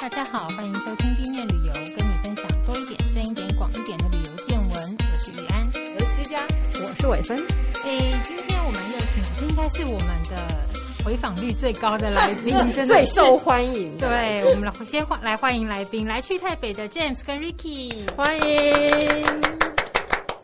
大家好，欢迎收听地面旅游，跟你分享多一点、深一点、广一点的旅游见闻。我是于安，我是佳，我是伟芬。诶，哎今天我们又请，这应该是我们的回访率最高的来 宾，真的最是受欢迎 的，对，我们来先欢来欢迎来宾，来去台北的 James 跟 Ricky。欢迎。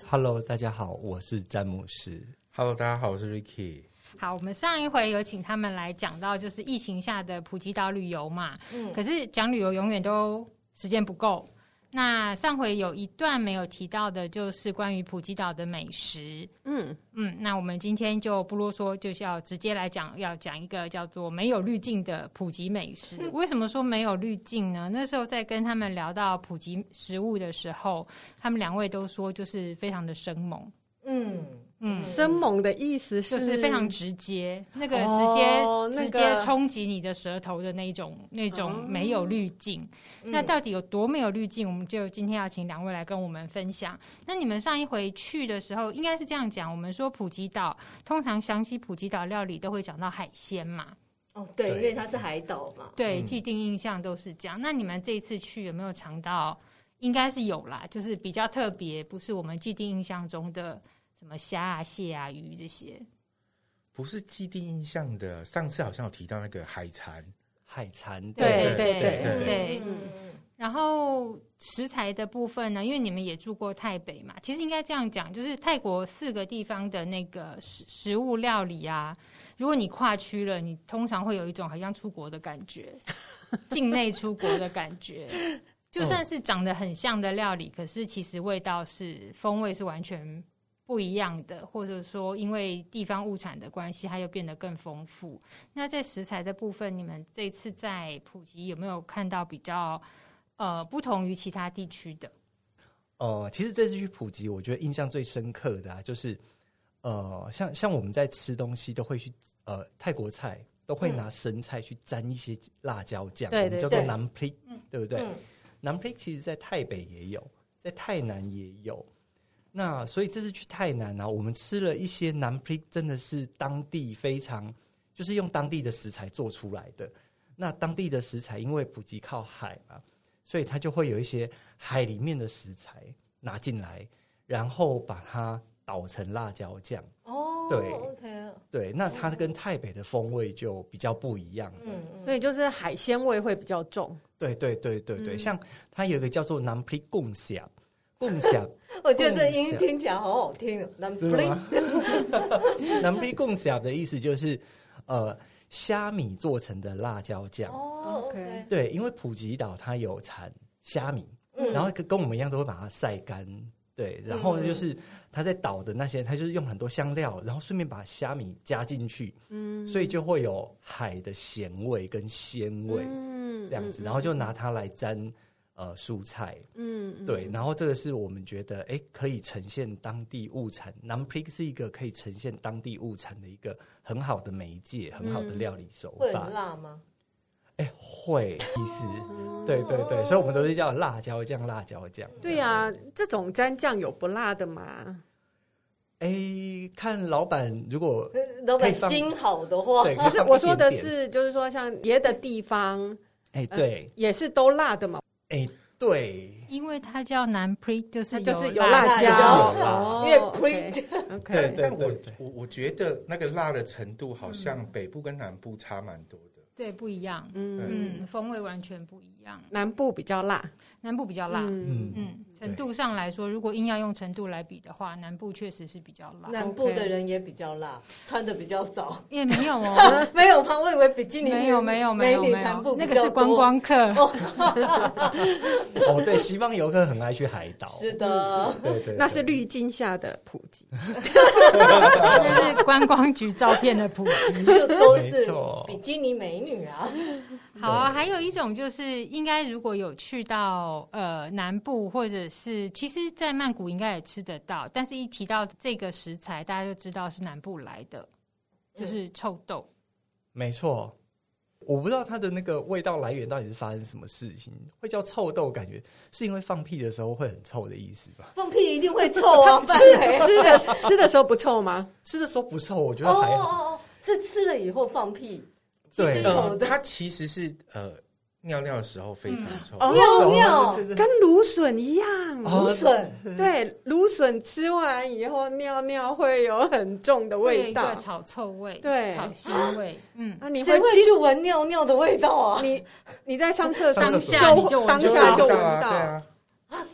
Hello，大家好，我是詹姆士。 Hello，大家好，我是 Ricky。好，我们上一回有请他们来讲到就是疫情下的普吉岛旅游嘛，嗯可是讲旅游永远都时间不够。那上回有一段没有提到的，就是关于普吉岛的美食。嗯，嗯，那我们今天就不啰嗦，就是要直接来讲，要讲一个叫做没有滤镜的普及美食。 为什么说没有滤镜呢？那时候在跟他们聊到普及食物的时候，他们两位都说就是非常的生猛，嗯，嗯，生猛的意思是就是非常直接，那个直接、哦那直个哦接冲击你的舌头的那一种那种没有滤镜。那嗯到底有多没有滤镜？我们就今天要请两位来跟我们分享。那你们上一回去的时候，应该是这样讲：我们说普吉岛，通常详细普吉岛料理都会讲到海鲜嘛，哦，对，对因为它是海岛嘛，对，既定印象都是这样。那你们这一次去有没有尝到？应该是有啦，就是比较特别，不是我们既定印象中的什么虾啊、蟹啊、鱼这些。不是既定印象的，上次好像有提到那个海产，海产对对对对对对对。嗯然后食材的部分呢，因为你们也住过泰北嘛，其实应该这样讲，就是泰国四个地方的那个食食物料理啊，如果你跨区了，你通常会有一种好像出国的感觉， 境内出国的感觉。就算是长得很像的料理，可是其实味道是风味是完全不一样的，或者说因为地方物产的关系，它又变得更丰富。那在食材的部分，你们这次在普吉有没有看到比较呃不同于其他地区的？呃，其实这次去普及，我觉得印象最深刻的啊，就是呃，像像我们在吃东西都会去呃泰国菜，都会拿生菜去沾一些辣椒酱，对我们对叫做嗯对南 p 对不对？嗯南 p 其实在台北也有，在泰南也有。那所以这次去泰南啊，我们吃了一些南 p 真的是当地非常，就是用当地的食材做出来的。那当地的食材，因为普吉靠海嘛，所以它就会有一些海里面的食材拿进来，然后把它捣成辣椒酱。哦，对，OK，对，那它跟台北的风味就比较不一样。嗯嗯，所以就是海鲜味会比较重。对对对对对，嗯像它有一个叫做南 p 贡享，贡享我觉得这共音享听起来好好听哦，那真的吗？ 南非贡峡的意思就是，呃，虾米做成的辣椒酱。哦 OK ，OK，对，因为普吉岛它有产虾米，嗯然后跟跟我们一样都会把它晒干。对，然后嗯就是它在岛的那些，它就是用很多香料，然后顺便把虾米加进去，嗯所以就会有海的咸味跟鲜味嗯这样子，然后就拿它来沾呃蔬菜。嗯嗯对，然后这个是我们觉得哎可以呈现当地物产，南 p 是一个可以呈现当地物产的一个很好的媒介，很好的嗯料理手会法很。辣吗？哎、会意思，对对对，所以我们都是叫辣椒酱，辣椒酱。对呀、这种蘸酱有不辣的吗？哎、看老板如果老板可以放心好的话，对，不是，我说的可以放一点点，是，就是说像别的地方哎、对，也是都辣的嘛，哎、对。因为它叫南 pre，就是它就是有有辣椒，椒哦因为 OK， print OK，对但我对我我觉得那个辣的程度好像北部跟南部差蛮多的。对不一样，嗯，嗯，风味完全不一样，南部比较辣，南部比较辣。嗯嗯程度上来说，如果硬要用程度来比的话，南部确实是比较辣， 南部的人也比较辣，穿的比较少，也没有哦， 没有吗？我以为比基尼没有没有没有美没女南部有，那个比较是观多，光客，哦，对，西方游客很爱去海岛，是的，对对对，那是滤镜下的普 及。那是观光局照片的普及。 就都是没错比基尼美女啊，好啊，还有一种就是，应该如果有去到呃南部，或者是其实，在曼谷应该也吃得到，但是一提到这个食材，大家就知道是南部来的，嗯就是臭豆。没错，我不知道它的那个味道来源到底是发生什么事情，会叫臭豆，感觉是因为放屁的时候会很臭的意思吧？放屁一定会臭 啊，吃不然嘞吃的吃的时候不臭吗？吃的时候不臭，我觉哦得还哦好。哦，是吃了以后放屁，对其实呃有呃，的它其实是呃尿尿的时候非常臭。嗯哦尿尿对对对跟芦笋一样。哦芦笋，对，芦笋吃完以后尿尿会有很重的会有味一个道，草臭味，对草腥味， 嗯，啊，你谁会会经去闻尿尿的味道啊？你你在上厕所当就下你就闻哦当就下就闻闻到啊，对啊。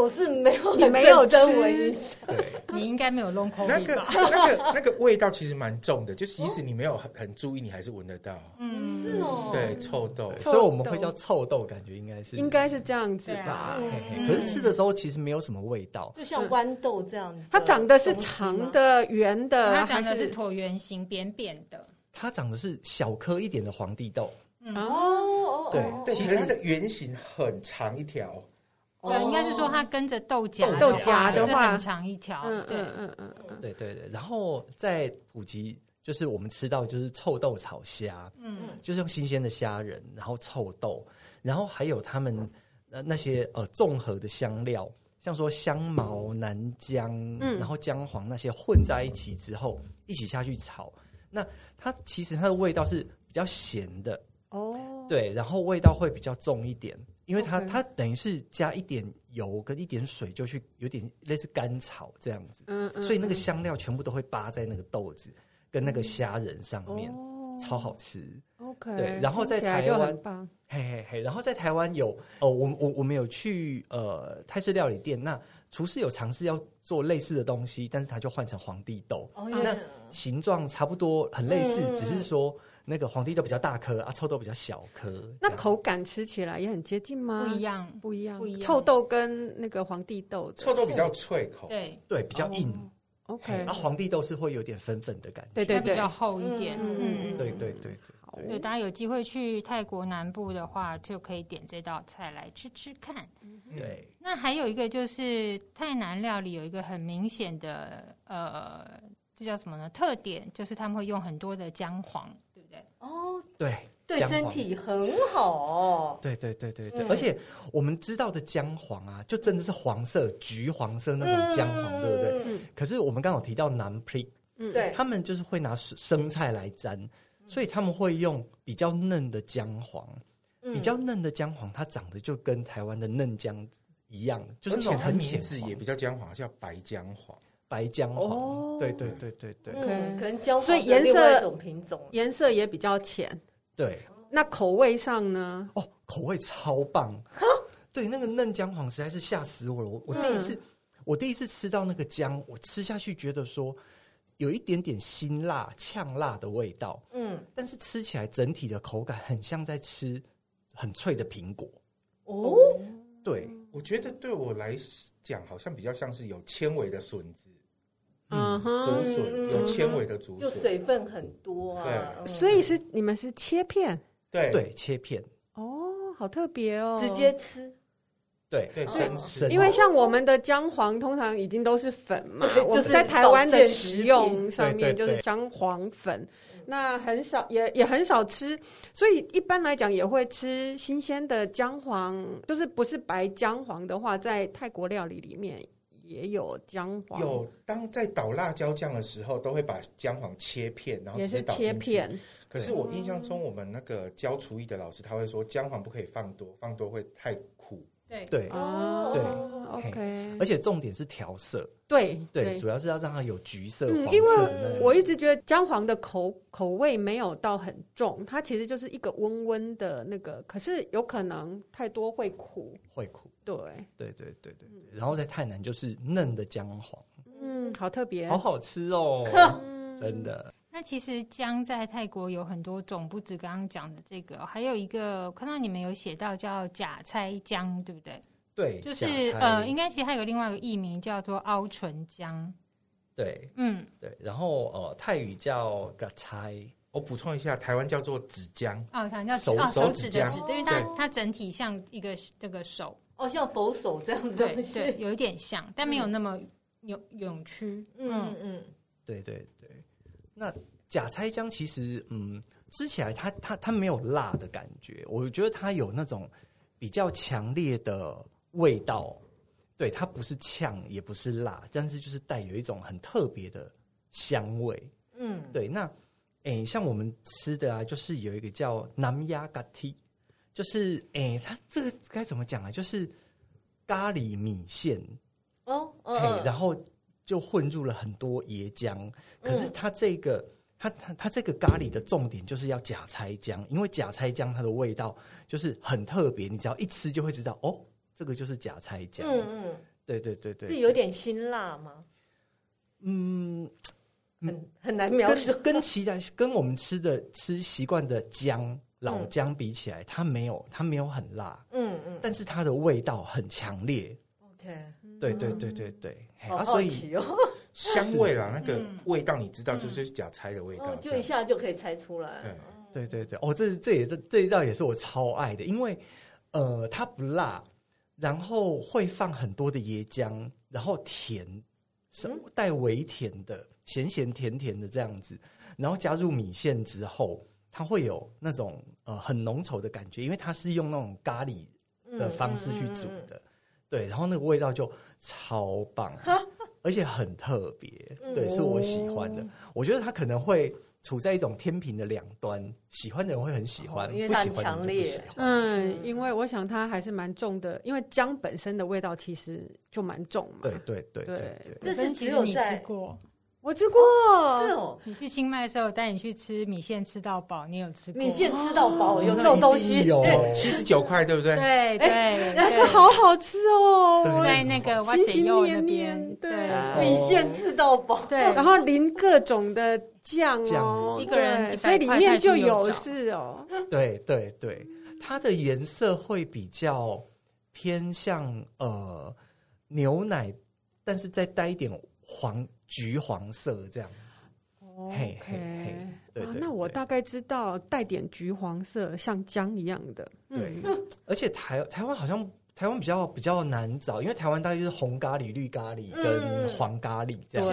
我是没有你没有很认真吃闻一下，对，你应该没有 long 那 covid 个吧？那个那个味道其实蛮重的，就即使你没有很很注意，你还是闻得到。嗯，是哦，对，臭豆对，臭所以我们会豆叫臭豆，感觉应该是应该是这样子对啊吧？嘿嘿嗯可是吃的时候其实没有什么味道，就像豌豆这样，它长得是长，的、圆的，啊它长还得是椭圆形、扁扁的，它长得是小颗一点的皇帝豆，哦啊？哦，哦对哦对，其其实实它的圆形很长一条，对，应该是说它跟着豆荚的话，豆荚哦的话是很长一条，嗯对嗯，嗯嗯嗯，对对对。然后在普及，就是我们吃到就是臭豆炒虾，嗯，就是用新鲜的虾仁，然后臭豆，然后还有他们呃那些呃综合的香料，像说香茅、南姜，嗯然后姜黄那些混在一起之后，一起下去炒。那它其实它的味道是比较咸的，哦，对，然后味道会比较重一点，因为它 OK 它等于是加一点油跟一点水，就去有点类似干炒这样子，嗯所以那个香料全部都会扒在那个豆子跟那个虾仁上面，哦超好吃。 OK，对然后在听起来台就湾很棒，嘿嘿嘿，然后在台湾有哦，我们我我们有去呃泰式料理店，那厨师有尝试要做类似的东西，但是他就换成皇帝豆，哦那耶形状差不多很类似，嗯嗯嗯只是说那个皇帝豆比较大颗啊，臭豆比较小颗。那这样口感吃起来也很接近吗？不一，样，不一样，不一样臭豆跟那个皇帝豆的，臭豆比较脆口。对，对比较硬，哦 OK，然后皇帝豆是会有点粉粉的感觉。对对它比对较，厚一点，嗯嗯嗯。对对对对好所以大家有机会去泰国南部的话，就可以点这道菜来吃吃看。嗯对，那还有一个就是泰南料理有一个很明显的呃，这叫什么呢？特点就是他们会用很多的姜黄，对不对？哦，对对姜身黄体很好，对对对对对，嗯而且我们知道的姜黄啊，就真的是黄色、橘黄色嗯那种姜黄，对不对？对？可是我们刚好提到南 p 嗯嗯对他们就是会拿生菜来沾，所以他们会用比较嫩的姜黄，嗯比较嫩的姜黄，它长得就跟台湾的嫩姜一样，就是那而且种它很名浅字也黄比较姜黄，叫白姜黄。白姜黄。哦对对对对对、 OK 嗯，可能姜黄所以颜色有另外一种品种，颜色也比较浅。对，那口味上呢？哦，口味超 棒。对，那个嫩姜黄实在是吓死我了。我我第一嗯次、我第一次吃到那个姜，我吃下去觉得说有一点点辛辣、呛辣的味道，嗯，但是吃起来整体的口感很像在吃很脆的苹果。哦，对，嗯我觉得对我来讲，好像比较像是有纤维的笋子，嗯竹哼，笋有纤维的竹就笋，水分很多啊，嗯所以是你们是切片对对，切片，哦，好特别哦，直接吃，对，对，哦生生吃因为像我们的姜黄通常已经都是粉嘛对，我就们是在台湾保的健食食品用上对对面就是对姜黄粉，那很少也也很少吃，所以一般来讲也会吃新鲜的姜黄，就是不是白姜黄的话，在泰国料理里面也有姜黄，有当在倒辣椒酱的时候，都会把姜黄切片，然后也直接是倒切进去。片，可是我印象中，我们那个教厨艺的老师他会说，姜黄不可以放多，放多会太苦。对对。哦对，OK，而且重点是调色，对对，主要是要让它有橘色、嗯黄因为色的那种我一直觉得姜黄的口口味没有到很重，它其实就是一个温温的那个，可是有可能太多会苦。会苦，对，对对对对对。然后在泰南就是嫩的姜黄，嗯，好特别好。好 吃哦，真的。那其实姜在泰国有很多种，不止刚刚讲的这个，还有一个我看到你们有写到叫假猜姜，对不对？对，就假是猜呃，应该其实还有另外一个译名叫做凹唇姜，对嗯，对，然后呃，泰语叫 g a t a 我补充一下，台湾叫做子姜，哦，想叫手哦手手指指的姜指，对因为它对它整体像一个这个手，哦，像佛手这样的对东对，西，有一点像，但没有那么扭扭曲，嗯嗯嗯，对对对。那假猜姜其实嗯，吃起来它它它没有辣的感觉，我觉得它有那种比较强烈的味道，对，它不是呛也不是辣，但是就是带有一种很特别的香味。嗯，对，那诶，像我们吃的啊，就是有一个叫南亚咖喱，就是哎、它这个该怎么讲啊？就是咖喱米线，哦，嗯哎，然嗯，后就混入了很多椰浆。可是嗯它这个，它它它这个咖喱的重点就是要假拆浆，因为假拆浆它的味道就是很特别，你只要一吃就会知道哦，这个就是假拆浆。嗯对对对嗯，对，是有点辛辣吗？嗯，很很难描述。跟跟其他 跟我们吃的吃习惯的姜老姜比起来，它没有它没有很辣，嗯嗯但是它的味道很强烈。 ，OK，对对对对对，嘿嗯好哎啊，好所以奇哦，香味啦，那个嗯味道你知道，嗯就是假猜哎的味道哦，，这就一样下就可以猜出来。对哦对对对，哦，这这也是这一道也是我超爱的，因为呃它不辣，然后会放很多的椰浆，然后甜是嗯带微甜的，咸咸甜甜的这样子，然后加入米线之后。它会有那种呃很浓稠的感觉，因为它是用那种咖喱的方式去煮的，对，然后那个味道就超棒，而且很特别，嗯对，是我喜欢的。我觉得它可能会处在一种天平的两端，喜欢的人会很喜欢，哦因为不它喜很欢的人强就不烈喜欢嗯嗯，因为我想它还是蛮重的，因为姜本身的味道其实就蛮重嘛。对对对对对本对，这是身只其实有你吃在过，我吃过，是哦，你去清迈的时候，我带你去吃米线，吃到饱，你有吃过？米线吃到饱，有哦那这种东一西定。有哦七十九块对不对？对对那对个，好好吃哦。对在那个瓦心姐心右那念边念，对哦 米线吃到饱，对，然后淋各种的酱哦酱，一个人100对所以里块面菜是就有有找是哦， 对对对，它的颜色会比较偏向呃牛奶，但是再带一点黄橘黄色这样。嘿嘿嘿 OK，对啊对那我对大概知道带点橘黄色，像姜一样的。对嗯，而且台台湾好像台湾比较比较难找，因为台湾大概就是红咖喱、绿咖喱跟嗯黄咖喱这样子。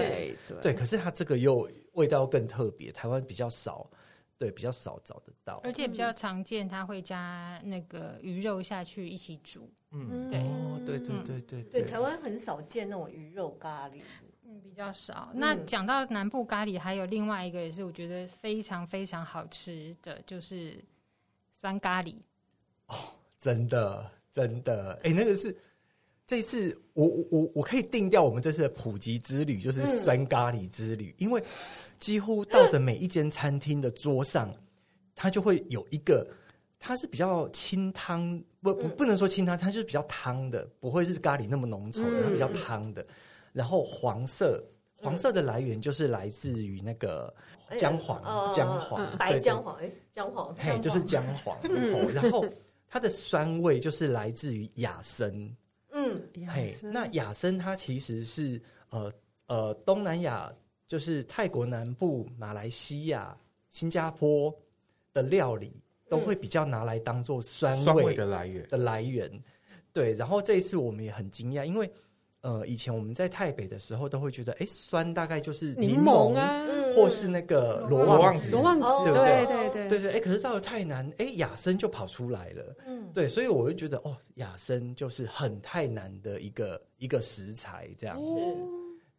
对对，可是它这个又味道更特别，台湾比较少，对，比较少找得到。而且比较常见，它会加那个鱼肉下去一起煮，嗯，对哦，对对嗯对对对，台湾很少见那种鱼肉咖喱。嗯，比较少。那讲到南部咖喱，还有另外一个也是我觉得非常非常好吃的，就是酸咖喱。真的真的，哎、那个是这次我我我我可以定掉我们这次的普及之旅，就是嗯酸咖喱之旅，因为几乎到的每一间餐厅的桌上，它就会有一个。它是比较清汤，不不嗯不能说清汤，它就是比较汤的，不会是咖喱那么浓稠的，它嗯比较汤的。然后黄色，黄色的来源就是来自于那个哎姜黄，嗯嗯姜嗯黄，对白对姜黄，哎，姜黄，嘿，就是姜黄，嗯哦然后它的酸味就是来自于雅参，嗯，对嘿，那雅参它其实是呃呃东南亚，就是泰国南部、马来西亚、新加坡的料理都会比较拿来当做酸酸味味的来源，的来源。对，然后这一次我们也很惊讶，因为呃以前我们在台北的时候都会觉得，哎，酸大概就是柠柠檬檬，啊，嗯或是那个罗罗望望子子罗望哦子，对不对对对对对，哎、可是到了泰南，哎、雅森就跑出来了，嗯，对，所以我就觉得哦，雅森就是很泰南的一个一个食材，这样，是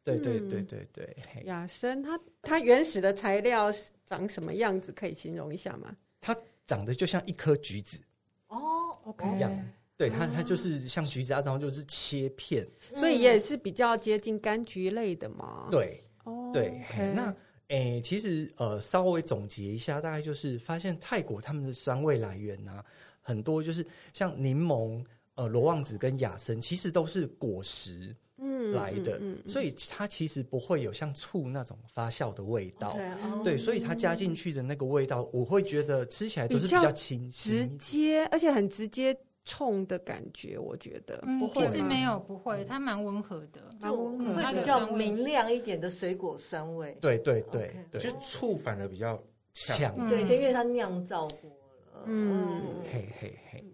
对对嗯对对对，嘿雅参它它原始的材料是长什么样子？可以形容一下吗它长得就像一颗橘子，哦一样对它它就是像橘子啊，然后就是切片，所以也是比较接近柑橘类的嘛。对哦对，嘿 OK 那。哎、其实呃，稍微总结一下，大概就是发现泰国他们的酸味来源呢、很多就是像柠檬、呃罗望子跟雅参，其实都是果实，嗯来的嗯，所以它其实不会有像醋那种发酵的味道。哦对，所以它加进去的那个味道，我会觉得吃起来都是比比较较清直新。接，而且很直接冲的感觉，我觉得。嗯不，其会实吗没有不会，它蛮温和的。蛮温和就的嗯会比较明亮一点的水果酸味。对对对 OK 对就，醋反而比较呛强。，嗯对对，因为它酿造过了。嗯嘿嘿嘿，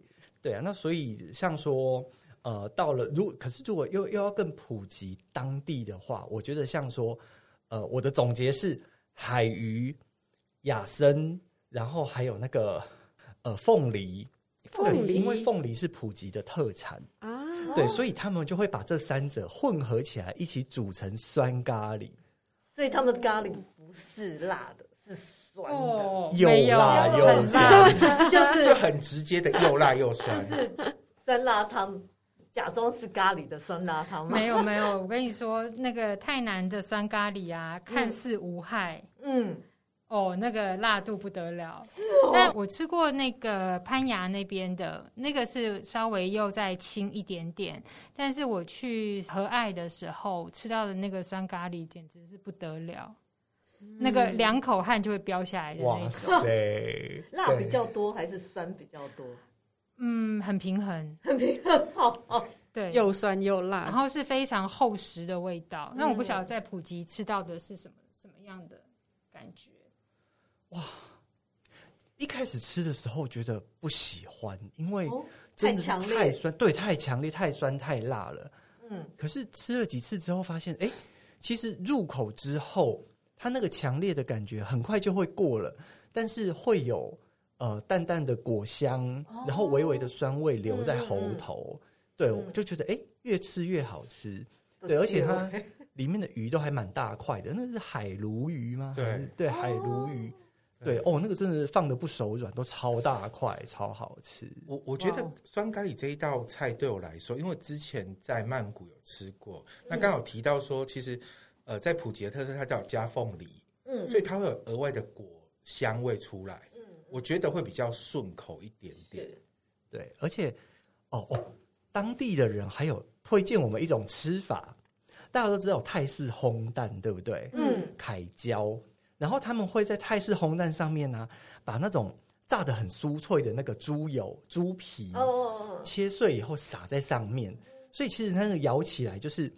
对啊。那所以像说，呃，到了如可是如果又又要更普及当地的话，我觉得像说，呃，我的总结是海鱼、雅参，然后还有那个呃凤梨。凤梨对因为凤梨是普及的特产，啊，对，所以他们就会把这三者混合起来，一起煮成酸咖喱。所以他们的咖喱不是辣的，是酸的，又没有辣没有又很辣香，就是就很直接的又辣又酸。就是酸辣汤，假装是咖喱的酸辣汤 嘛。没有没有，我跟你说，那个太南的酸咖喱啊，看似无害。嗯，哦，那个辣度不得了。但我吃过那个攀崖那边的，那个是稍微又再轻一点点。但是我去和爱的时候吃到的那个酸咖喱，简直是不得了，那个两口汗就会飙下来的那哇哦种。塞，辣比对较多还是酸比较多？嗯，很平衡，很平衡，好哦好。对。又酸又然辣，后是非常厚实的味道。那我不嗯晓得在普吉吃到的是什么什么样的感觉。一开始吃的时候觉得不喜欢，因为哦真的是太强烈太酸，对，太强烈、太酸、太辣了。嗯，可是吃了几次之后，发现哎、诶其实入口之后，它那个强烈的感觉很快就会过了，但是会有呃淡淡的果香，然后微微的酸味留在喉头。对，哦嗯我就觉得哎、诶越吃越好吃。不对，而且对它里面的鱼都还蛮大块的，那是海鲈鱼吗？对还是对，海鲈鱼。对哦，那个真的放的不手软，都超大块，超好吃。我我觉哇得酸咖喱这一道菜对我来说，因为之前在曼谷有吃过，嗯那刚好提到说，其实呃，在普吉的特色它叫加凤梨，嗯所以它会有额外的果香味出来，嗯，我觉得会比较顺口一点点。是对，而且哦哦，当地的人还有推荐我们一种吃法，大家都知道泰式烘蛋，对不对？嗯，凯椒，然后他们会在泰式烘蛋上面呢、把那种炸的很酥脆的那个猪油、猪皮哦哦哦，切碎以后撒在上面，所以其实它那个咬起来就是，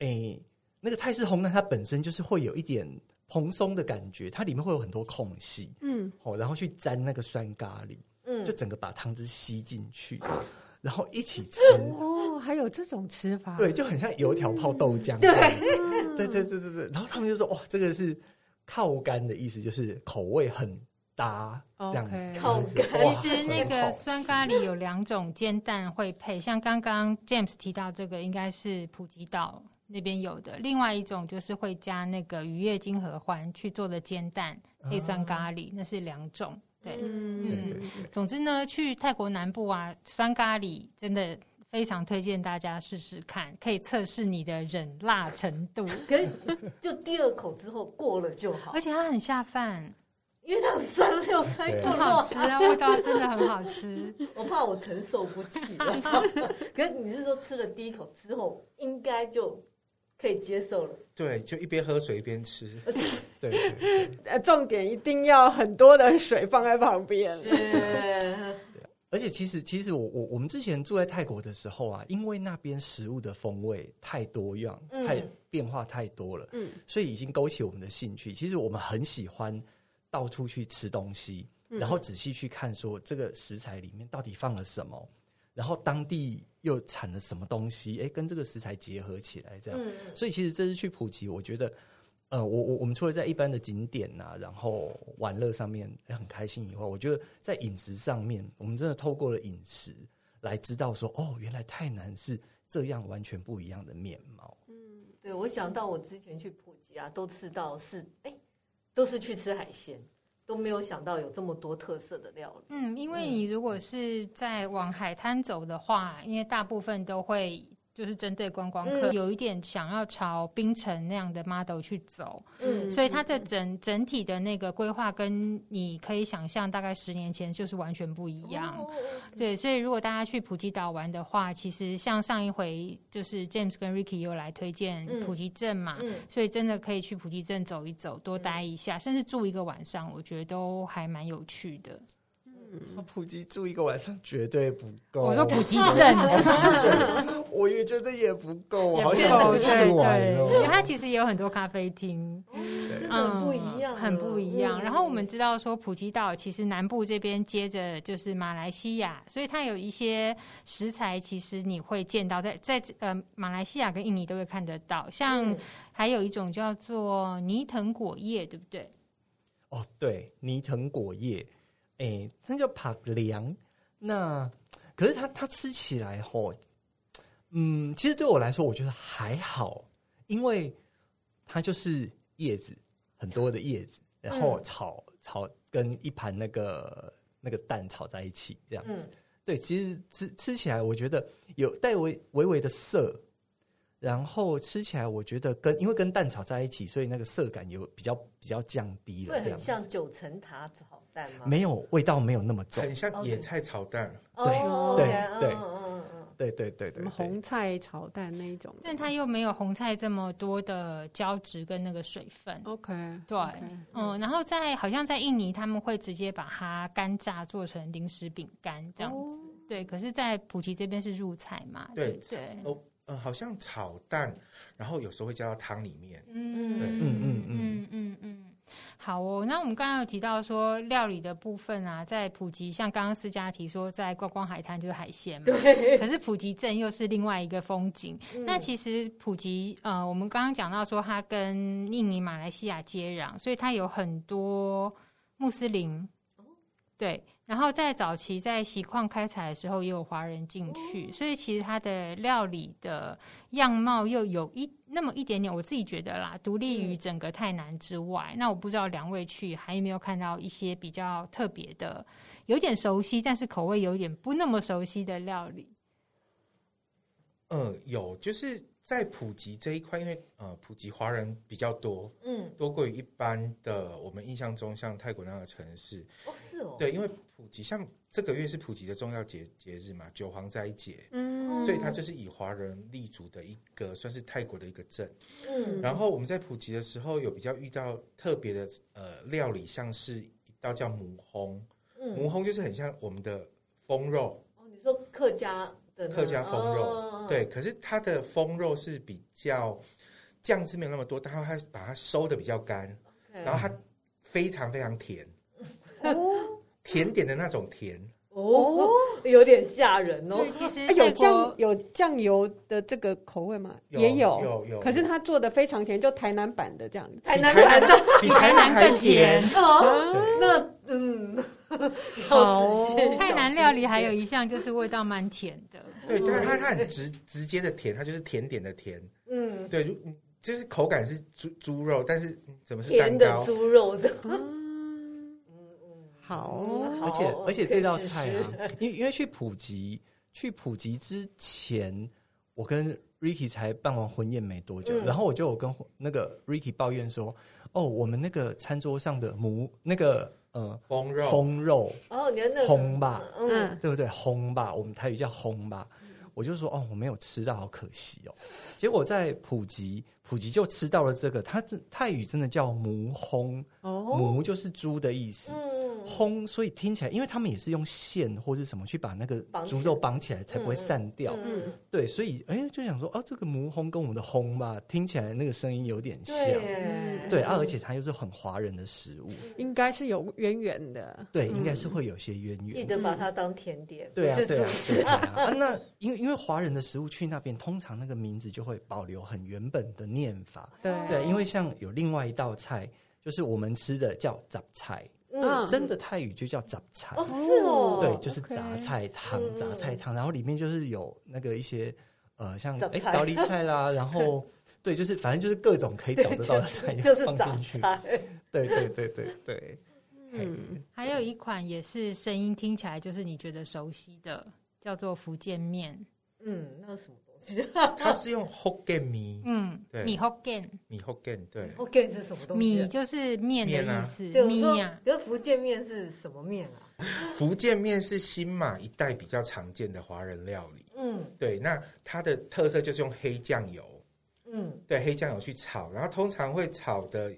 诶、那个泰式烘蛋它本身就是会有一点蓬松的感觉，它里面会有很多空隙，嗯，哦，然后去沾那个酸咖喱，嗯就整个把汤汁吸进 去，然后一起吃，哦，还有这种吃法，对，就很像油条泡豆浆这样子，对对对对对，然后他们就说哇，这个是靠干的意思，就是口味很搭这样子 OK，靠干哇其实那很好个吃酸咖喱有两种煎蛋会配，像刚刚 James 提到这个，应该是普吉岛那边有的。另外一种就是会加那个鱼叶金合欢去做的煎蛋配啊酸咖喱，那是两种。对，嗯，对对对。总之呢，去泰国南部啊，酸咖喱真的非常推荐大家试试看，可以测试你的忍辣程度，可以就第二口之后过了就 好而，且它很下饭，因为它有酸六酸又对很好弱，吃啊，味道真的很好吃。我怕我承受不起了。 可是你是说吃了第一口之后，应该就可以接受了？对，就一边喝水一边吃，呃对对对呃，重点一定要很多的水放在旁边，对，而且其实其实我我我们之前住在泰国的时候啊，因为那边食物的风味太多样，嗯太变化太多了，嗯所以已经勾起我们的兴趣。其实我们很喜欢到处去吃东西，然嗯后仔细去看说这个食材里面到底放了什么，然后当地又产了什么东西，哎，跟这个食材结合起来这样。嗯，所以其实这次去普吉，我觉得，呃，我我我们除了在一般的景点呐、然后玩乐上面哎很开心以外，我觉得在饮食上面，我们真的透过了饮食来知道说，哦，原来泰南是这样完全不一样的面貌。对，我想到我之前去普吉啊，都吃到是哎，都是去吃海鲜，都没有想到有这么多特色的料理。嗯，因为嗯你如果是在往海滩走的话，因为大部分都会就是针对观光客，嗯有一点想要朝冰城那样的 model 去走，嗯所以它的整整体的那个规划跟你可以想象大概十年前就是完全不一样。哦对，所以如果大家去普吉岛玩的话，其实像上一回就是 James 跟 Ricky 又来推荐嗯普吉镇嘛，嗯，所以真的可以去普吉镇走一走，多待一下，甚至住一个晚上，我觉得都还蛮有趣的。那普吉住一个晚上绝对不够，我说普吉镇， 我也觉得也不够，我好对想再去玩对对，因为它哦。其实也有很多咖啡厅，嗯真的很不一样了，很不一样。嗯然后我们知道说，普吉岛其实南部这边接着就是马来西亚，所以它有一些食材，其实你会见到在在呃马来西亚跟印尼都会看得到，像嗯还有一种叫做泥藤果叶，对不对？哦，对，泥藤果叶，哎，它叫帕凉。那可是它它吃起来吼，嗯，其实对我来说，我觉得还好，因为它就是叶子，很多的叶子，然嗯后炒、炒跟一盘那个那个蛋炒在一起，这样子。嗯对，其实吃吃起来，我觉得有带微微微的涩，然后吃起来我觉得跟因为跟蛋炒在一起，所以那个涩感有比较比较降低了，会这很样像九层塔炒蛋吗？没有味道没有那么重。很像野菜炒蛋。对哦对 OK，嗯对嗯嗯嗯对对对什对么对，红菜炒蛋那一种的，但它又没有红菜这么多的胶质跟那个水分。 OK 对 OK 嗯，然后在好像在印尼，他们会直接把它干炸做成零食饼干这样子。哦对，可是，在普吉这边是入菜嘛？对对不对，哦，嗯，好像炒蛋，然后有时候会加到汤里面。嗯对嗯嗯嗯嗯嗯嗯，好哦。那我们刚刚有提到说料理的部分啊，在普吉，像刚刚思佳提说，在观光海滩就是海鲜嘛，对。可是普吉镇又是另外一个风景。嗯那其实普吉，呃，我们刚刚讲到说，它跟印尼、马来西亚接壤，所以它有很多穆斯林。对，然后在早期在锡矿开采的时候，也有华人进去，所以其实它的料理的样貌又有一那么一点点，我自己觉得啦，独立于整个泰南之外。那我不知道两位去还有没有看到一些比较特别的，有点熟悉，但是口味有点不那么熟悉的料理。嗯，有，就是在普及这一块，因为呃，普及华人比较多，嗯，多过于一般的我们印象中像泰国那样的城市。哦是哦，对，因为普及像这个月是普及的重要节节日嘛，九皇斋节，嗯所以它就是以华人立足的一个算是泰国的一个镇。嗯然后我们在普及的时候，有比较遇到特别的呃料理，像是一道叫母烘，母嗯，烘就是很像我们的风肉，哦你说客家的那客家风肉哦对，可是它的风肉是比较酱汁没有那么多，但它它把它收的比较干， ，OK 然后它非常非常甜，哦甜点的那种甜，哦，有点吓人哦对，，其实哎有泰国酱有酱油的这个口味吗？也有有有，可是它做的非常甜，就台南版的这样。太比难台看南 比台南还甜，哦，对那嗯，好要仔细泰南料理还有一项就是味道蛮甜的，对，但它它很直直接的甜，它就是甜点的甜，嗯对，如嗯就是口感是猪猪肉，但是嗯怎么是蛋甜的糕？猪肉的，嗯，嗯嗯，好，嗯而且好而且可以这道试菜啊，因为因为去普及去普及之前，我跟 Ricky 才办完婚宴没多久，嗯然后我就有跟那个 Ricky 抱怨说，哦，我们那个餐桌上的母那个呃风肉，风肉哦，你看那个烘吧，嗯，对不对？烘吧，我们台语叫烘吧。我就说哦，我没有吃到，好可惜哦。结果在普及，普及就吃到了这个，它这泰语真的叫母烘，哦，母就是猪的意思。嗯嗯烘，所以听起来，因为他们也是用线或是什么去把那个绑起来猪肉绑起来，才不会散掉。嗯，对，所以哎、就想说，哦，这个母烘跟我们的烘吧，听起来那个声音有点像。对耶嗯对啊，而且它又是很华人的食物，应该是有渊源的。对，应该是会有些渊源。记得把它当甜点，对啊嗯不，是对主啊，食对啊。啊那因为因为华人的食物去那边，通常那个名字就会保留很原本的念法。对对，因为像有另外一道菜，就是我们吃的叫杂菜，嗯，真的泰语就叫杂菜。哦是哦，对，就是，OK 杂菜汤嗯，杂菜汤，然后里面就是有那个一些呃，像杂哎菜高丽菜 啦，然后对，就是反正就是各种可以找得到的菜 就是放杂进去。菜， 对对对对对，嗯嗯，还有一款也是声音听起来就是你觉得熟悉的，叫做福建面，嗯，那是什么东西它是用 Hokkien 米，嗯，对米 Hokkien，米 Hokkien 对， ？OK 是什么东西？啊米就是面的意思，对，我米啊说呀、，可是福建面是什么面啊？福建面是新马一带比较常见的华人料理。嗯对，那它的特色就是用黑酱油，嗯，对黑酱油去炒，然后通常会炒的，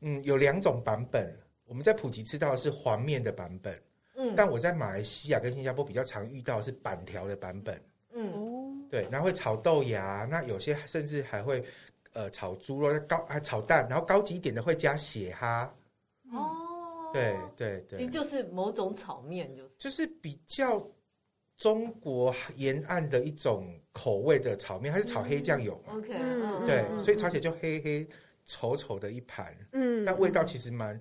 嗯，有两种版本。我们在普吉吃到的是黄面的版本，嗯但我在马来西亚跟新加坡比较常遇到的是板条的版本。嗯哦，对，然后会炒豆芽，那有些甚至还会呃炒猪肉，高还炒蛋，然后高级一点的会加血哈。哦，哦，对对其实对，就是某种炒面，就是就是比较中国沿岸的一种口味的炒面，它是炒黑酱油嘛？ OK，嗯嗯，对，嗯所以炒起来就黑黑稠稠的一盘。嗯，但味道其实蛮，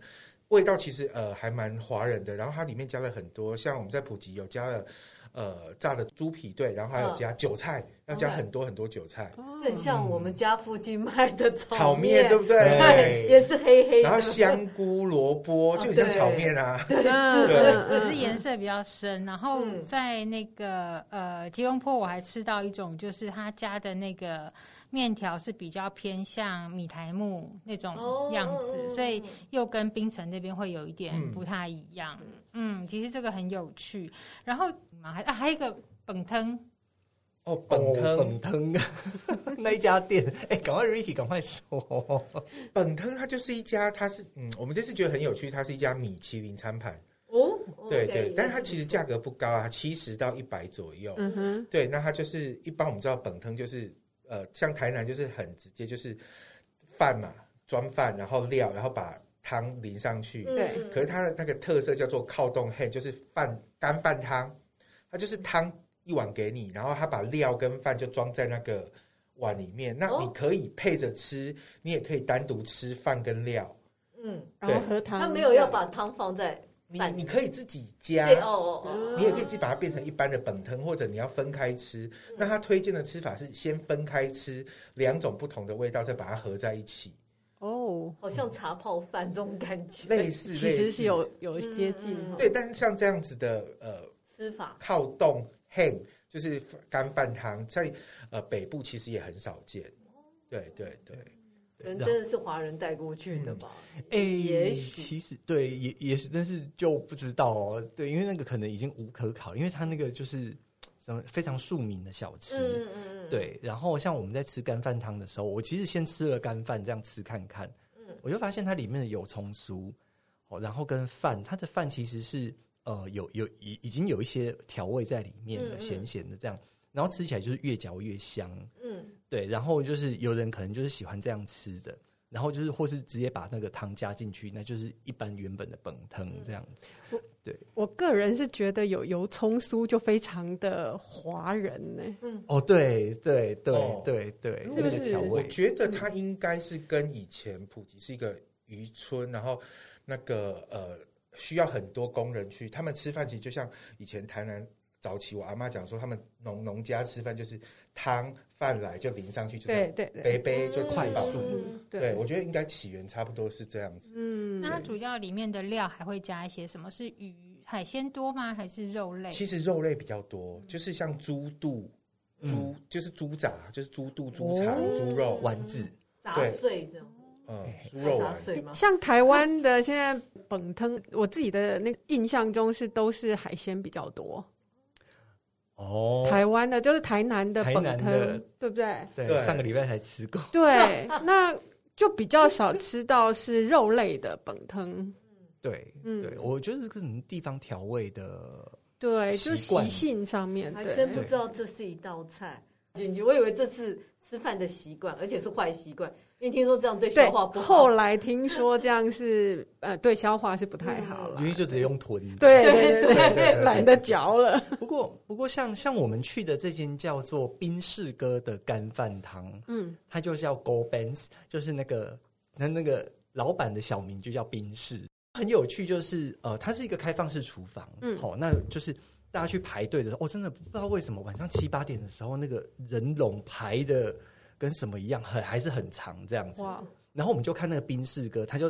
味道其实呃还蛮华人的。然后它里面加了很多，像我们在普吉有加了呃炸的猪皮对，然后还有加韭菜，要加当然很多很多韭菜，哦很像我们家附近卖的炒面，面对不 对，对？也是黑黑的。然后香菇、萝卜就很像炒面啊，嗯对可是颜色比较深。然后嗯在那个呃吉隆坡，我还吃到一种，就是他家的那个面条是比较偏向米苔木那种 样子，哦所以又跟槟城那边会有一点嗯不太一样。嗯其实这个很有趣。然后啊还啊还有一个本汤，哦，本哦汤本腾 那一家店，哎、赶快 Ricky，赶快说，本汤它就是一家，它是嗯，我们这次觉得很有趣，它是一家米其林餐盘，哦，对 OK，对，但是它其实价格不高啊，七十到一百左右。嗯哼，对，那它就是一般我们知道本汤就是呃，像台南就是很直接，就是饭嘛，装饭，然后料，然后把汤淋上去。嗯对可是它的那个特色叫做靠冻嘿，就是饭干饭汤，它就是汤一碗给你，然后它把料跟饭就装在那个碗里面，那哦你可以配着吃，你也可以单独吃饭跟料，嗯，然后对喝汤，他没有要把汤放在你饭你可以自己加这，哦哦你也可以自己把它变成一般的本藤，或者你要分开吃。嗯那他推荐的吃法是先分开吃两种不同的味道，再把它合在一起，哦哦，，好像茶泡饭这种感觉，类似哎其类似实是有有接近嗯嗯嗯哈，对，但是像这样子的呃吃法靠冻 hang 就是干饭汤，在呃北部其实也很少见。对对对， 人真的是华人带过去的吧？哎、也许其实对，也也许，但是就不知道哦。对，因为那个可能已经无可考，因为它那个就是什么非常庶民的小吃。嗯嗯嗯，对，然后像我们在吃干饭汤的时候，我其实先吃了干饭，这样吃看看，嗯我就发现它里面的有葱酥，哦，然后跟饭，它的饭其实是呃有有已已经有一些调味在里面嗯的，嗯咸咸的这样，然后吃起来就是越嚼越香，嗯对，然后就是有人可能就是喜欢这样吃的，然后就是或是直接把那个汤加进去，那就是一般原本的本汤嗯这样子。我个人是觉得有油葱酥就非常的华人呢、哦，对对对、哦对对，因为那是个调我味，觉得它应该是跟以前普及是一个渔村，然后那个呃需要很多工人去，他们吃饭其实就像以前台南早期我阿妈讲说，他们农农家吃饭就是汤饭来就淋上去，就是对对对，杯杯就吃快饱速。嗯对，我觉得应该起源差不多是这样子。嗯那它主要里面的料还会加一些什么？是鱼海鲜多吗？还是肉类？其实肉类比较多，就是像猪肚、嗯猪就是猪杂，就是猪肚、猪肠、哦猪肉，丸子，砸对碎这样，嗯，猪要肉砸啊丸。碎吗？像台湾的现在本汤，我自己的那个印象中是都是海鲜比较多。哦台湾的就是台南的台本南汤的，对不对？对，对上个礼拜才吃过。 对，那就比较少吃到是肉类的本汤。对，嗯对，我觉得这个可能地方调味的，对，就是习惯习性上面，还对真不知道这是一道菜，进去我以为这是吃饭的习惯，而且是坏习惯，因为听说这样对消对化不。好 后。来听说这样是呃，对消化是不太好了因。为就直接用吞。， 对对对对对对对，对懒得嚼了。不过不过像像我们去的这间叫做宾士哥的干饭堂，嗯，它就叫 Go Benz，就是那个那那个老板的小名就叫宾士。很有趣，就是呃，它是一个开放式厨房，嗯嗯，好、那就是大家去排队的时候，哦，真的不知道为什么晚上七八点的时候，那个人龙排的跟什么一样，很还是很长这样子。哇，然后我们就看那个冰士哥，他就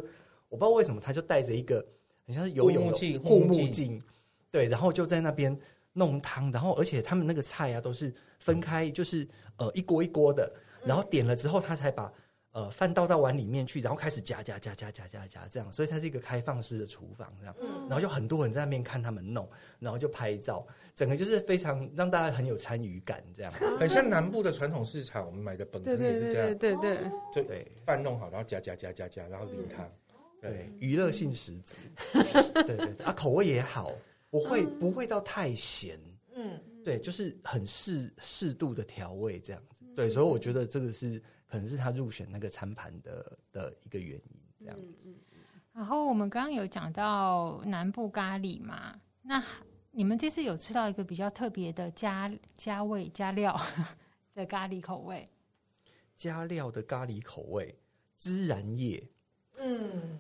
我不知道为什么，他就戴着一个很像是游泳护目的镜护护目目镜镜，对，然后就在那边弄汤，然后而且他们那个菜啊都是分开，就是呃一锅一锅的，然后点了之后他才把呃饭倒到碗里面去，然后开始夹夹夹夹夹夹夹这样，所以它是一个开放式的厨房这样，嗯然后就很多人在那边看他们弄，然后就拍照，整个就是非常让大家很有参与感这样，很像南部的传统市场，我们买的本对藤对也对是这对样，对对，就对饭弄好，然后夹夹夹夹夹，然后淋汤。对，对，娱乐性十足。嗯对对对，啊，口味也好，不会、不会到太咸，嗯，对，就是很适适度的调味这样嗯子。对，所以我觉得这个是可能是他入选那个餐盘的的一个原因，这样嗯子。然后我们刚刚有讲到南部咖喱嘛，那你们这次有吃到一个比较特别的加加味加料 的咖喱口味？加料的咖喱口味，孜然叶，嗯，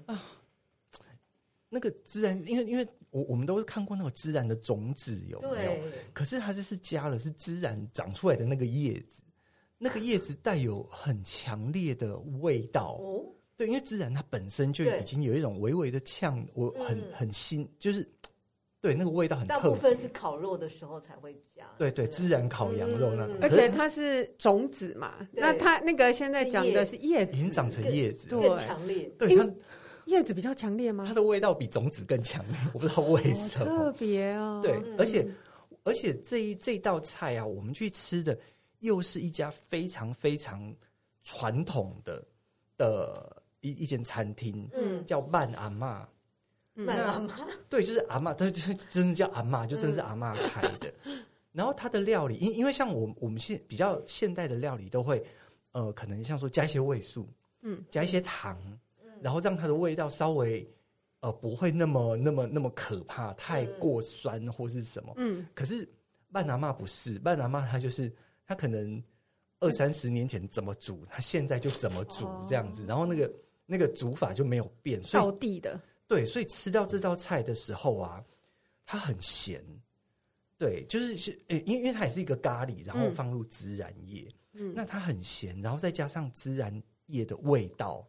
那个孜然，因为因为我我们都是看过那种孜然的种子有没有？对，可是它这是加了是孜然长出来的那个叶子，那个叶子带有很强烈的味道。哦，对，因为孜然它本身就对已经有一种微微的呛，我很嗯很新，就是对那个味道很大特部别。分是烤肉的时候才会加，对对，孜然烤羊肉那种，嗯而可是且它是种子嘛，对那它那个现在讲的是叶已经子，长成叶子了，对更强烈。对因它叶子比较强烈吗它？的味道比种子更强烈， 我不知道为好什么哦特。别哦，对嗯，而且而且这一这道菜啊，我们去吃的又是一家非常非常传统的的一一间餐厅，嗯，叫慢阿嬷。嗯慢慢慢， 对，就是阿嬷，对，就是真的叫阿嬷，就真的是阿嬷开的。然后它的料理，因因为像我们我们现比较现代的料理都会，呃，可能像说加一些味素，嗯，加一些糖，然后让它的味道稍微呃不会那么那么那么可怕，太过酸或是什么。嗯，可是曼拿妈不是，曼拿妈她就是她可能嗯二三十年前怎么煮，她现在就怎么煮哦这样子，然后那个那个煮法就没有变，所以道地的，对，所以吃到这道菜的时候啊，它很咸。对，就是是，诶因为因为它也是一个咖喱，然后嗯放入孜然叶，嗯那它很咸，然后再加上孜然叶的味道，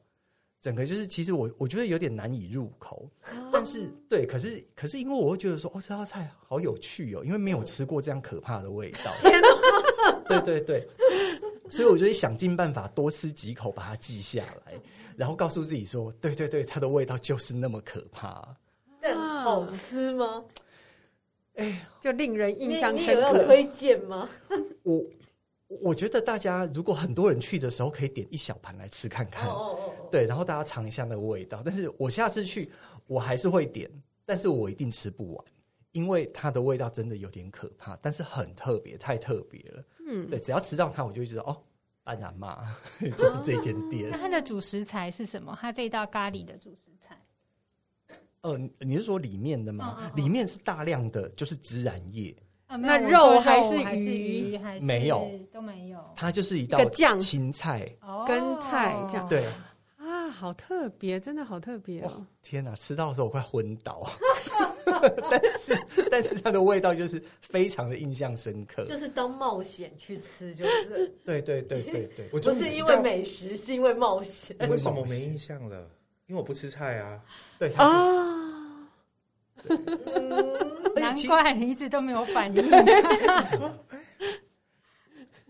整个就是其实我我觉得有点难以入口，哦但是对，可是可是因为我会觉得说，哦，这道菜好有趣哦，因为嗯没有吃过这样可怕的味 道。对对对，所以我就会想尽办法多吃几口，把它记下来，然后告诉自己说，对对对，它的味道就是那么可怕。但啊好吃吗？就令人你印象你深有要刻。推荐吗？我我觉得大家如果很多人去的时候，可以点一小盘来吃看哦看，哦哦，对，然后大家尝一下那个味道。但是我下次去，我还是会点，但是我一定吃不完，因为它的味道真的有点可怕，但是很特别，太特别了。嗯，对，只要吃到它，我就会觉得哦，安然嘛， 就是这间店那。 它的主食材是什么？它这一道咖喱的主食材，呃，你你是说里面的吗？嗯嗯嗯里面是大量的就是孜然液，啊、那没有我说肉肉还是是鱼鱼还是没有都没有，它就是一道一个酱青菜。哦跟菜这样对，啊，好特别，真的好特别哇哦！天哪，吃到的时候我快昏倒。 但是，但是它的味道就是非常的印象深刻。就是当冒险去吃，就是对对对对对，我不终于是知因道为美食，是因为冒险。为什么没印象了？因为我不吃菜啊。对它就是啊，而且难其实怪你一直都没有反应。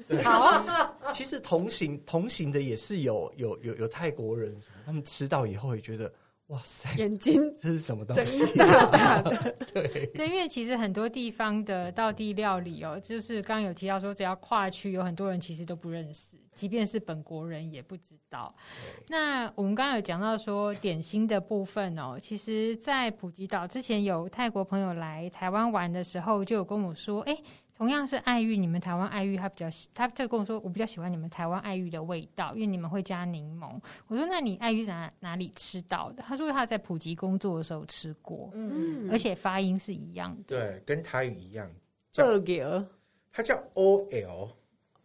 对好其实同行同行的也是有有有有泰国人什么，他们吃到以后也觉得哇塞，眼睛这是什么东睁西？大大的，对对，因为其实很多地方的道地料理哦，就是刚刚有提到说，只要跨区，有很多人其实都不认识，即便是本国人也不知道。那我们刚刚有讲到说点心的部分哦，其实，在普吉岛之前有泰国朋友来台湾玩的时候，就有跟我说，哎。同样是爱玉，你们台湾爱玉，他比较喜，他就跟我说，我比较喜欢你们台湾爱玉的味道，因为你们会加柠檬。我说，那你爱玉哪哪里吃到的？他说他在普吉工作的时候吃过。嗯，嗯而且发音是一样的。对，跟台语一样，二牛它叫 OL。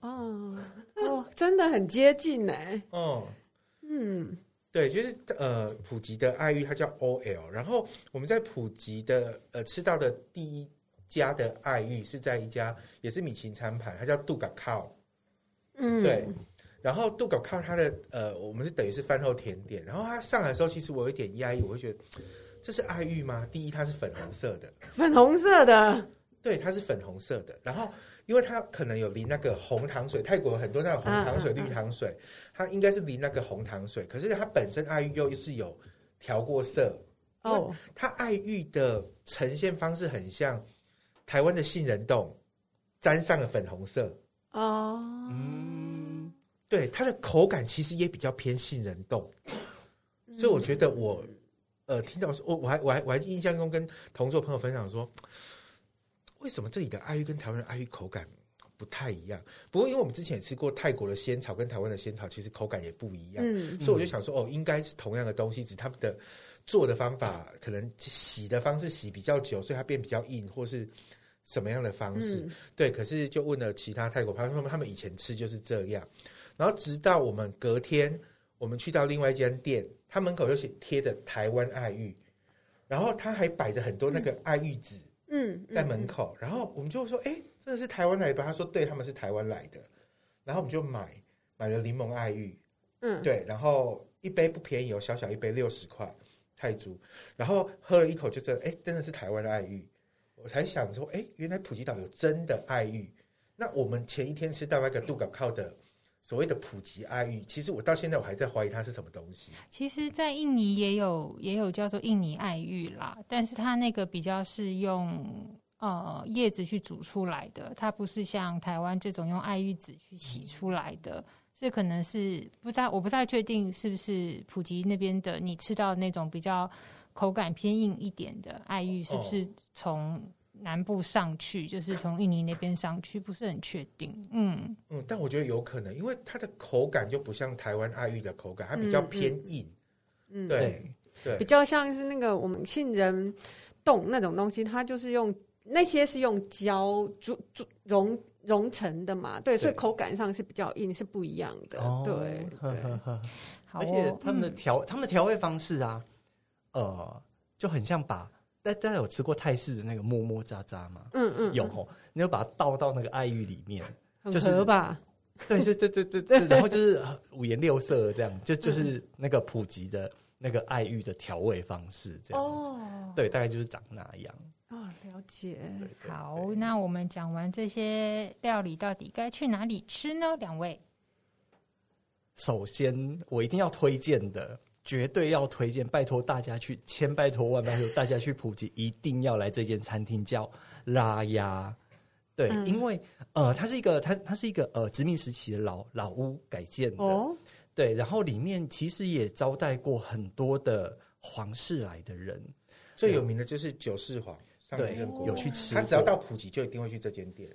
哦哦，真的很接近哎，哦，嗯，对，就是呃，普吉的爱玉它叫 OL，然后我们在普吉的呃吃到的第一家的爱玉是在一家也是米其林餐盘，它叫杜嘎靠，嗯，对，，然后杜狗靠它的呃，我们是等于是饭后甜点。然后它上来的时候，其实我有一点压抑，我会觉得这是爱玉吗？第一，它是粉红色的，粉红色的，对，它是粉红色的。然后，因为它可能有淋那个红糖水，泰国有很多那种红糖水、嗯嗯嗯绿糖水，它应该是淋那个红糖水。可是它本身爱玉又是有调过色，哦，它爱玉的呈现方式很像台湾的杏仁冻，沾上了粉红色。哦，嗯，对它的口感其实也比较偏杏仁冻，嗯所以我觉得我呃听到说我我还我还我还印象中跟同桌朋友分享说，嗯为什么这里的爱玉跟台湾的爱玉口感不太一样？不过因为我们之前也吃过泰国的仙草跟台湾的仙草，其实口感也不一样，嗯所以我就想说哦，应该是同样的东西，只是他们的做的方法可能洗的方式洗比较久，所以它变比较硬，或是什么样的方式？嗯对，可是就问了其他泰国朋友，他们他们以前吃就是这样，然后直到我们隔天我们去到另外一间店，他门口就写贴着台湾爱玉，然后他还摆着很多那个爱玉子嗯，在门口，然后我们就说，哎、真的是台湾来吧？他说，对，他们是台湾来的。然后我们就买买了柠檬爱玉，嗯，嗯，对，然后一杯不便宜哦，小小一杯六十块泰铢，然后喝了一口就真的，哎，真的是台湾的爱玉，我才想说，哎，原来普吉岛有真的爱玉。那我们前一天吃到那个杜港靠的所谓的普吉爱玉，其实我到现在我还在怀疑它是什么东西。其实，在印尼也有也有叫做印尼爱玉啦，但是它那个比较是用呃叶子去煮出来的，它不是像台湾这种用爱玉籽去洗出来的，所以可能是不太我不太确定是不是普吉那边的你吃到那种比较口感偏硬一点的爱玉是不是从南部上去，就是从印尼那边上去，不是很确定。嗯，嗯，但我觉得有可能，因为它的口感就不像台湾爱玉的口感，它比较嗯偏硬。嗯对对比较像是那个我们杏仁冻那种东西，它就是用那些是用胶煮煮融融成的嘛，对，所以对口感上是比较硬，是不一样的，对哦呵呵对，呵好、哦，而且他们的嗯调、他们的调味方式啊，呃，就很像把大大家有吃过泰式的那个么么喳喳吗？嗯嗯，有哦，你就把它倒到那个爱玉里面，很就是合吧，对 对对对对对，然后就是呃五颜六色的这样，就就是那个普及的那个爱玉的调味方式这样子，哦对，大概就是长那样。哦，了解，对对好对，那我们讲完这些料理，到底该去哪里吃呢？两位，首先我一定要推荐的，绝对要推荐，拜托大家去，千拜托万拜托大家去普及，一定要来这间餐厅叫拉雅。对，嗯因为呃，它是一个它它是一个呃殖民时期的老老屋改建的，哦，对，然后里面其实也招待过很多的皇室来的人，最有名的就是九世皇上一对任国有王，去吃过，他只要到普吉就一定会去这间店。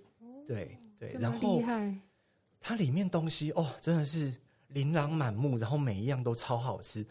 对对这，然么后厉害，它里面东西哦，真的是琳琅满目，然后每一样都超好吃。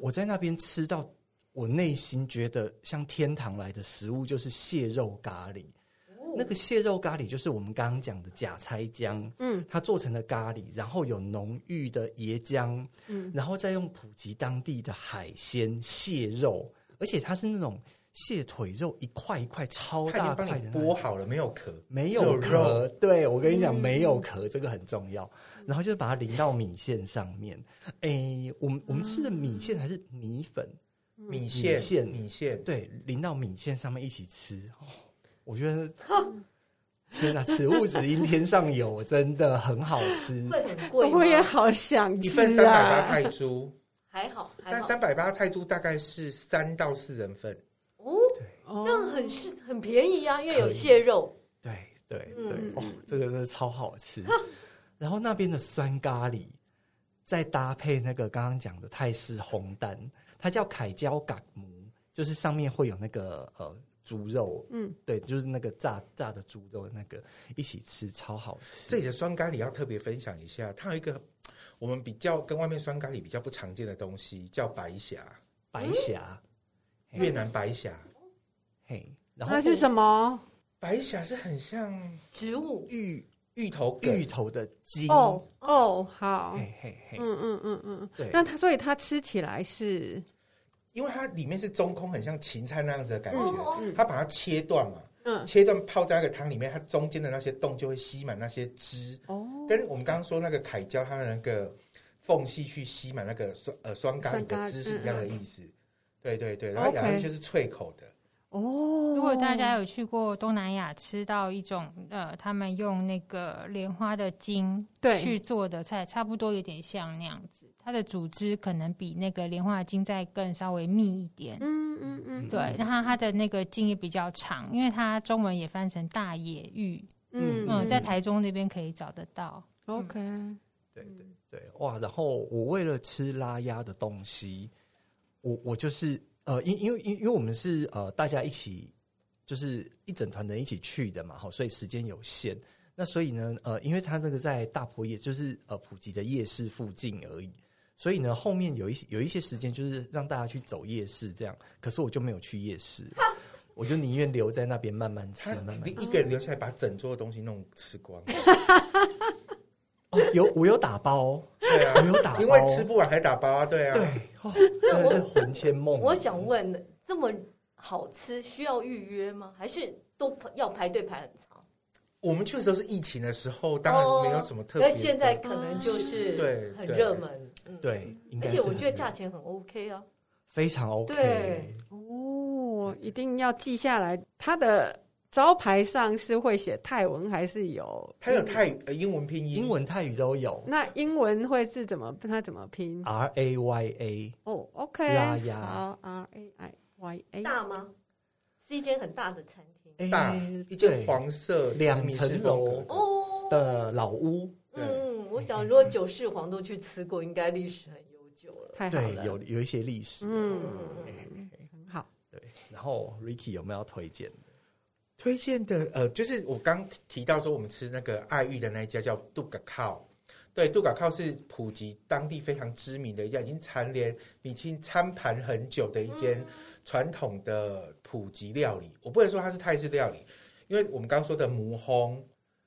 我在那边吃到，我内心觉得像天堂来的食物就是蟹肉咖喱。哦那个蟹肉咖喱就是我们刚刚讲的假菜浆，嗯它做成的咖喱，然后有浓郁的椰浆，嗯，然后再用普及当地的海鲜蟹肉，而且它是那种蟹腿肉一块一块超他已大经帮块你的那剥种。嗯好了，没有壳，没只有有壳肉，对我跟你讲，没有壳这个很重要。然后就把它淋到米线上面。诶，我们我们吃的米线还是米粉，米线米线米线。对，淋到米线上面一起吃。哦，我觉得天哪，此物只应天上有，真的很好嗯吃。会很贵吗我也好想一份吃三百八啊，泰 铢，还好，还但好三百八泰铢大概是三到四人份，哦，哦这样很是很便宜啊，因为有蟹肉，对对嗯对，哦，这个真的超好吃。 然后那边的酸咖喱，再搭配那个刚刚讲的泰式烘蛋，它叫凯椒港母，就是上面会有那个呃猪肉，嗯，对，就是那个炸炸的猪肉那个一起吃，超好吃。这里的酸咖喱要特别分享一下，它有一个我们比较跟外面酸咖喱比较不常见的东西，叫白虾，白虾，嘿越南白虾。嘿，然后那是什么？白虾是很像植物芋芋头梗芋头的筋，哦哦，好，嘿嘿嘿，嗯嗯嗯嗯，对，那它所以它吃起来是因为它里面是中空，很像芹菜那样子的感觉，嗯它把它切断嘛，嗯切断泡在那个汤里面，它中间的那些洞就会吸满那些汁，哦，跟我们刚刚说那个凯椒它的那个缝隙去吸满那个酸呃酸咖喱酸咖的喱汁是一样的意思。嗯对对对，然后 OK 雅玉就是脆口的，哦，如果大家有去过东南亚，吃到一种呃，他们用那个莲花的茎对去做的菜，差不多有点像那样子，它的组织可能比那个莲花的茎再更稍微密一点。嗯嗯嗯，对，然后它的那个茎也比较长，因为它中文也翻成大野芋，嗯嗯，嗯，在台中那边可以找得到。 OK，对对对，哇！然后我为了吃拉鸭的东西，我我就是呃，因因为因因为我们是呃大家一起，就是一整团人一起去的嘛，哈，所以时间有限。那所以呢，呃，因为它那个在大坡夜，就是呃普及的夜市附近而已，所以呢，后面有一些有一些时间就是让大家去走夜市这样，可是我就没有去夜市，我就宁愿留在那边慢慢吃它，慢慢你吃一个人留下来把整桌的东西弄 吃光，哦，有我有打包哦，对我啊，有打包，因为吃不完还打包啊，对啊，对，哦、真的是魂牵梦萦。我想问，这么好吃需要预约吗？还是都要排队排很长？哦我们去的时候是疫情的时候，当然没有什么特别那的。现在可能就是对很对热门，嗯，对，应该而是且我很觉得热价钱很 OK 啊，非常 OK。对哦，一定要记下来。它的招牌上是会写泰文还是有？它有泰语、呃英文拼音，英文、泰语都嗯有那英文会是怎么？它怎么拼？ ，R A Y A，哦，OK，拉雅好，R A I Y A，大吗？是一间很大的餐厅大诶一间哎对黄色两层殖民式风格楼的哦。的老屋，嗯，我想如果九世皇都去吃过，应该历史很悠久了。太好对，了，有有一些历史。嗯，嗯，很好。对。然后 Ricky 有没有要推荐的？推荐的呃，就是我刚提到说我们吃那个爱玉的那一家叫杜嘎靠，对，杜嘎靠是普及当地非常知名的一家，已经蝉联米其林餐盘很久的一间传统的普及料理。我不能说它是泰式料理，因为我们刚刚说的母烘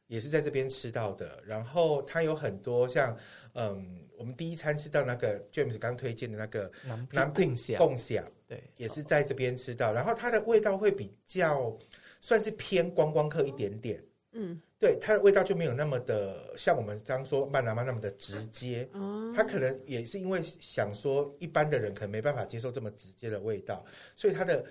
也是在这边吃到的，然后它有很多像嗯，我们第一餐吃到那个 James 刚推荐的那个南南平平下，共享。对，也是在这边吃到，然后它的味道会比较算是偏观光客一点点，嗯，对它的味道就没有那么的像我们刚说曼拿妈那么的直接，嗯哦，它可能也是因为想说一般的人可能没办法接受这么直接的味道，所以它的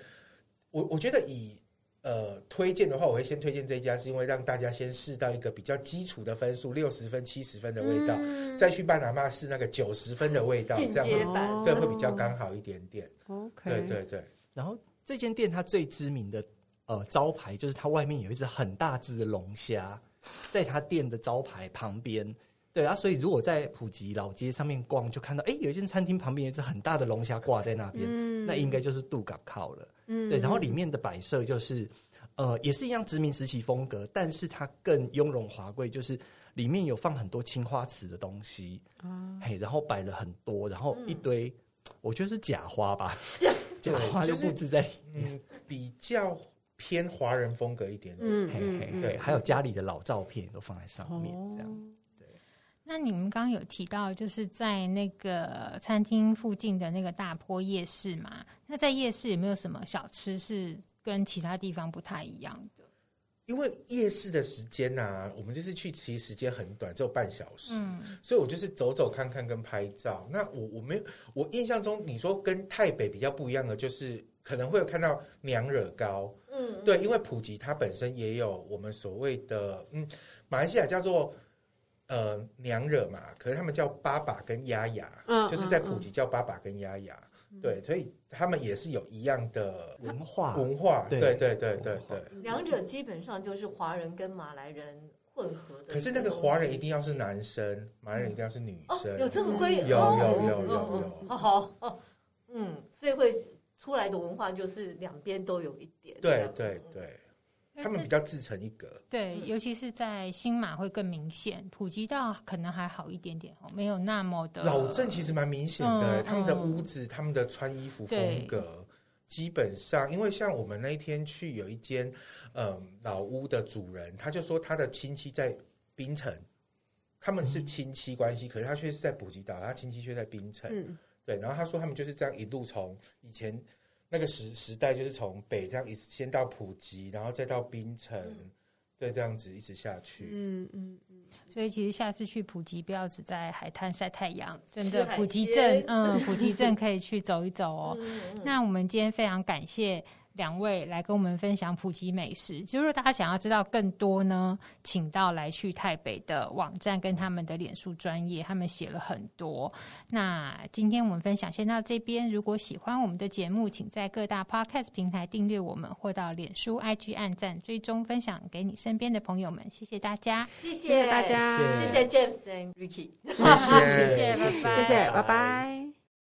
我我觉得以呃推荐的话，我会先推荐这一家，是因为让大家先试到一个比较基础的分数，六十分、七十分的味道，再去曼拿妈试那个九十分的味道，嗯进这样阶会版哦对会比较刚好一点点， OK，对对对。然后这间店它最知名的呃招牌就是它外面有一只很大只的龙虾，在它店的招牌旁边。对啊，所以如果在普吉老街上面逛，就看到哎、诶有一间餐厅旁边有一只很大的龙虾挂在那边，嗯那应该就是杜港靠了。嗯对，然后里面的摆设就是，呃，也是一样殖民时期风格，但是它更雍容华贵，就是里面有放很多青花瓷的东西，啊，嘿，然后摆了很多，然后一嗯堆，我觉得是假花吧，对假 花就就是布置在里嗯，比较偏华人风格一点点。嗯嘿嗯嘿嗯，嘿，还有家里的老照片都放在上面，这样。哦，那你们刚刚有提到，就是在那个餐厅附近的那个大坡夜市嘛？那在夜市有没有什么小吃是跟其他地方不太一样的？因为夜市的时间呐、我们这次去其实时间很短，只有半小时，嗯，所以我就是走走看看跟拍照。那我我没有，我印象中你说跟台北比较不一样的，就是可能会有看到娘惹糕，嗯，对，因为普吉它本身也有我们所谓的嗯，马来西亚叫做呃娘惹嘛，可是他们叫爸爸跟丫丫，嗯就是在普吉叫爸爸跟丫丫，对，所以他们也是有一样的文化，文化，啊对对对对对文化对。嗯两者基本上就是华人跟马来人混合的。可是那个华人一定要是男生，马来人一定要是女哦，生。有这么会有有哦有有哦有哦好好，嗯，所以会出来的文化就是两边都有一点。这对样对，对，但他们是比较自成一格。对，嗯尤其嗯是在新马会更明显，普及到可能还好一点点哦，没有那么的老郑其实蛮明显的，嗯他们的嗯屋子、他们的穿衣服对风格，基本上，因为像我们那一天去有一间，嗯，老屋的主人，他就说他的亲戚在槟城，他们是亲戚关系，可是他却是在普吉岛，他亲戚却在槟城。嗯对，然后他说他们就是这样一路从以前那个时时代，就是从北这样一直先到普吉，然后再到槟城，嗯对，这样子一直下去。嗯嗯嗯，所以其实下次去普吉，不要只在海滩晒太阳，真吃的海普吉鲜镇， 嗯，普吉镇可以去走一走哦。嗯嗯那我们今天非常感谢两位来跟我们分享普及美食。就是如果大家想要知道更多呢，请到来去台北的网站跟他们的脸书专业，他们写了很多。那今天我们分享先到这边。如果喜欢我们的节目，请在各大 podcast 平台订阅我们，或到脸书、IG 按赞、追踪、分享给你身边的朋友们。谢谢大家，谢谢谢大，家， 谢谢 James and Ricky。谢谢谢，拜拜，谢谢，拜拜。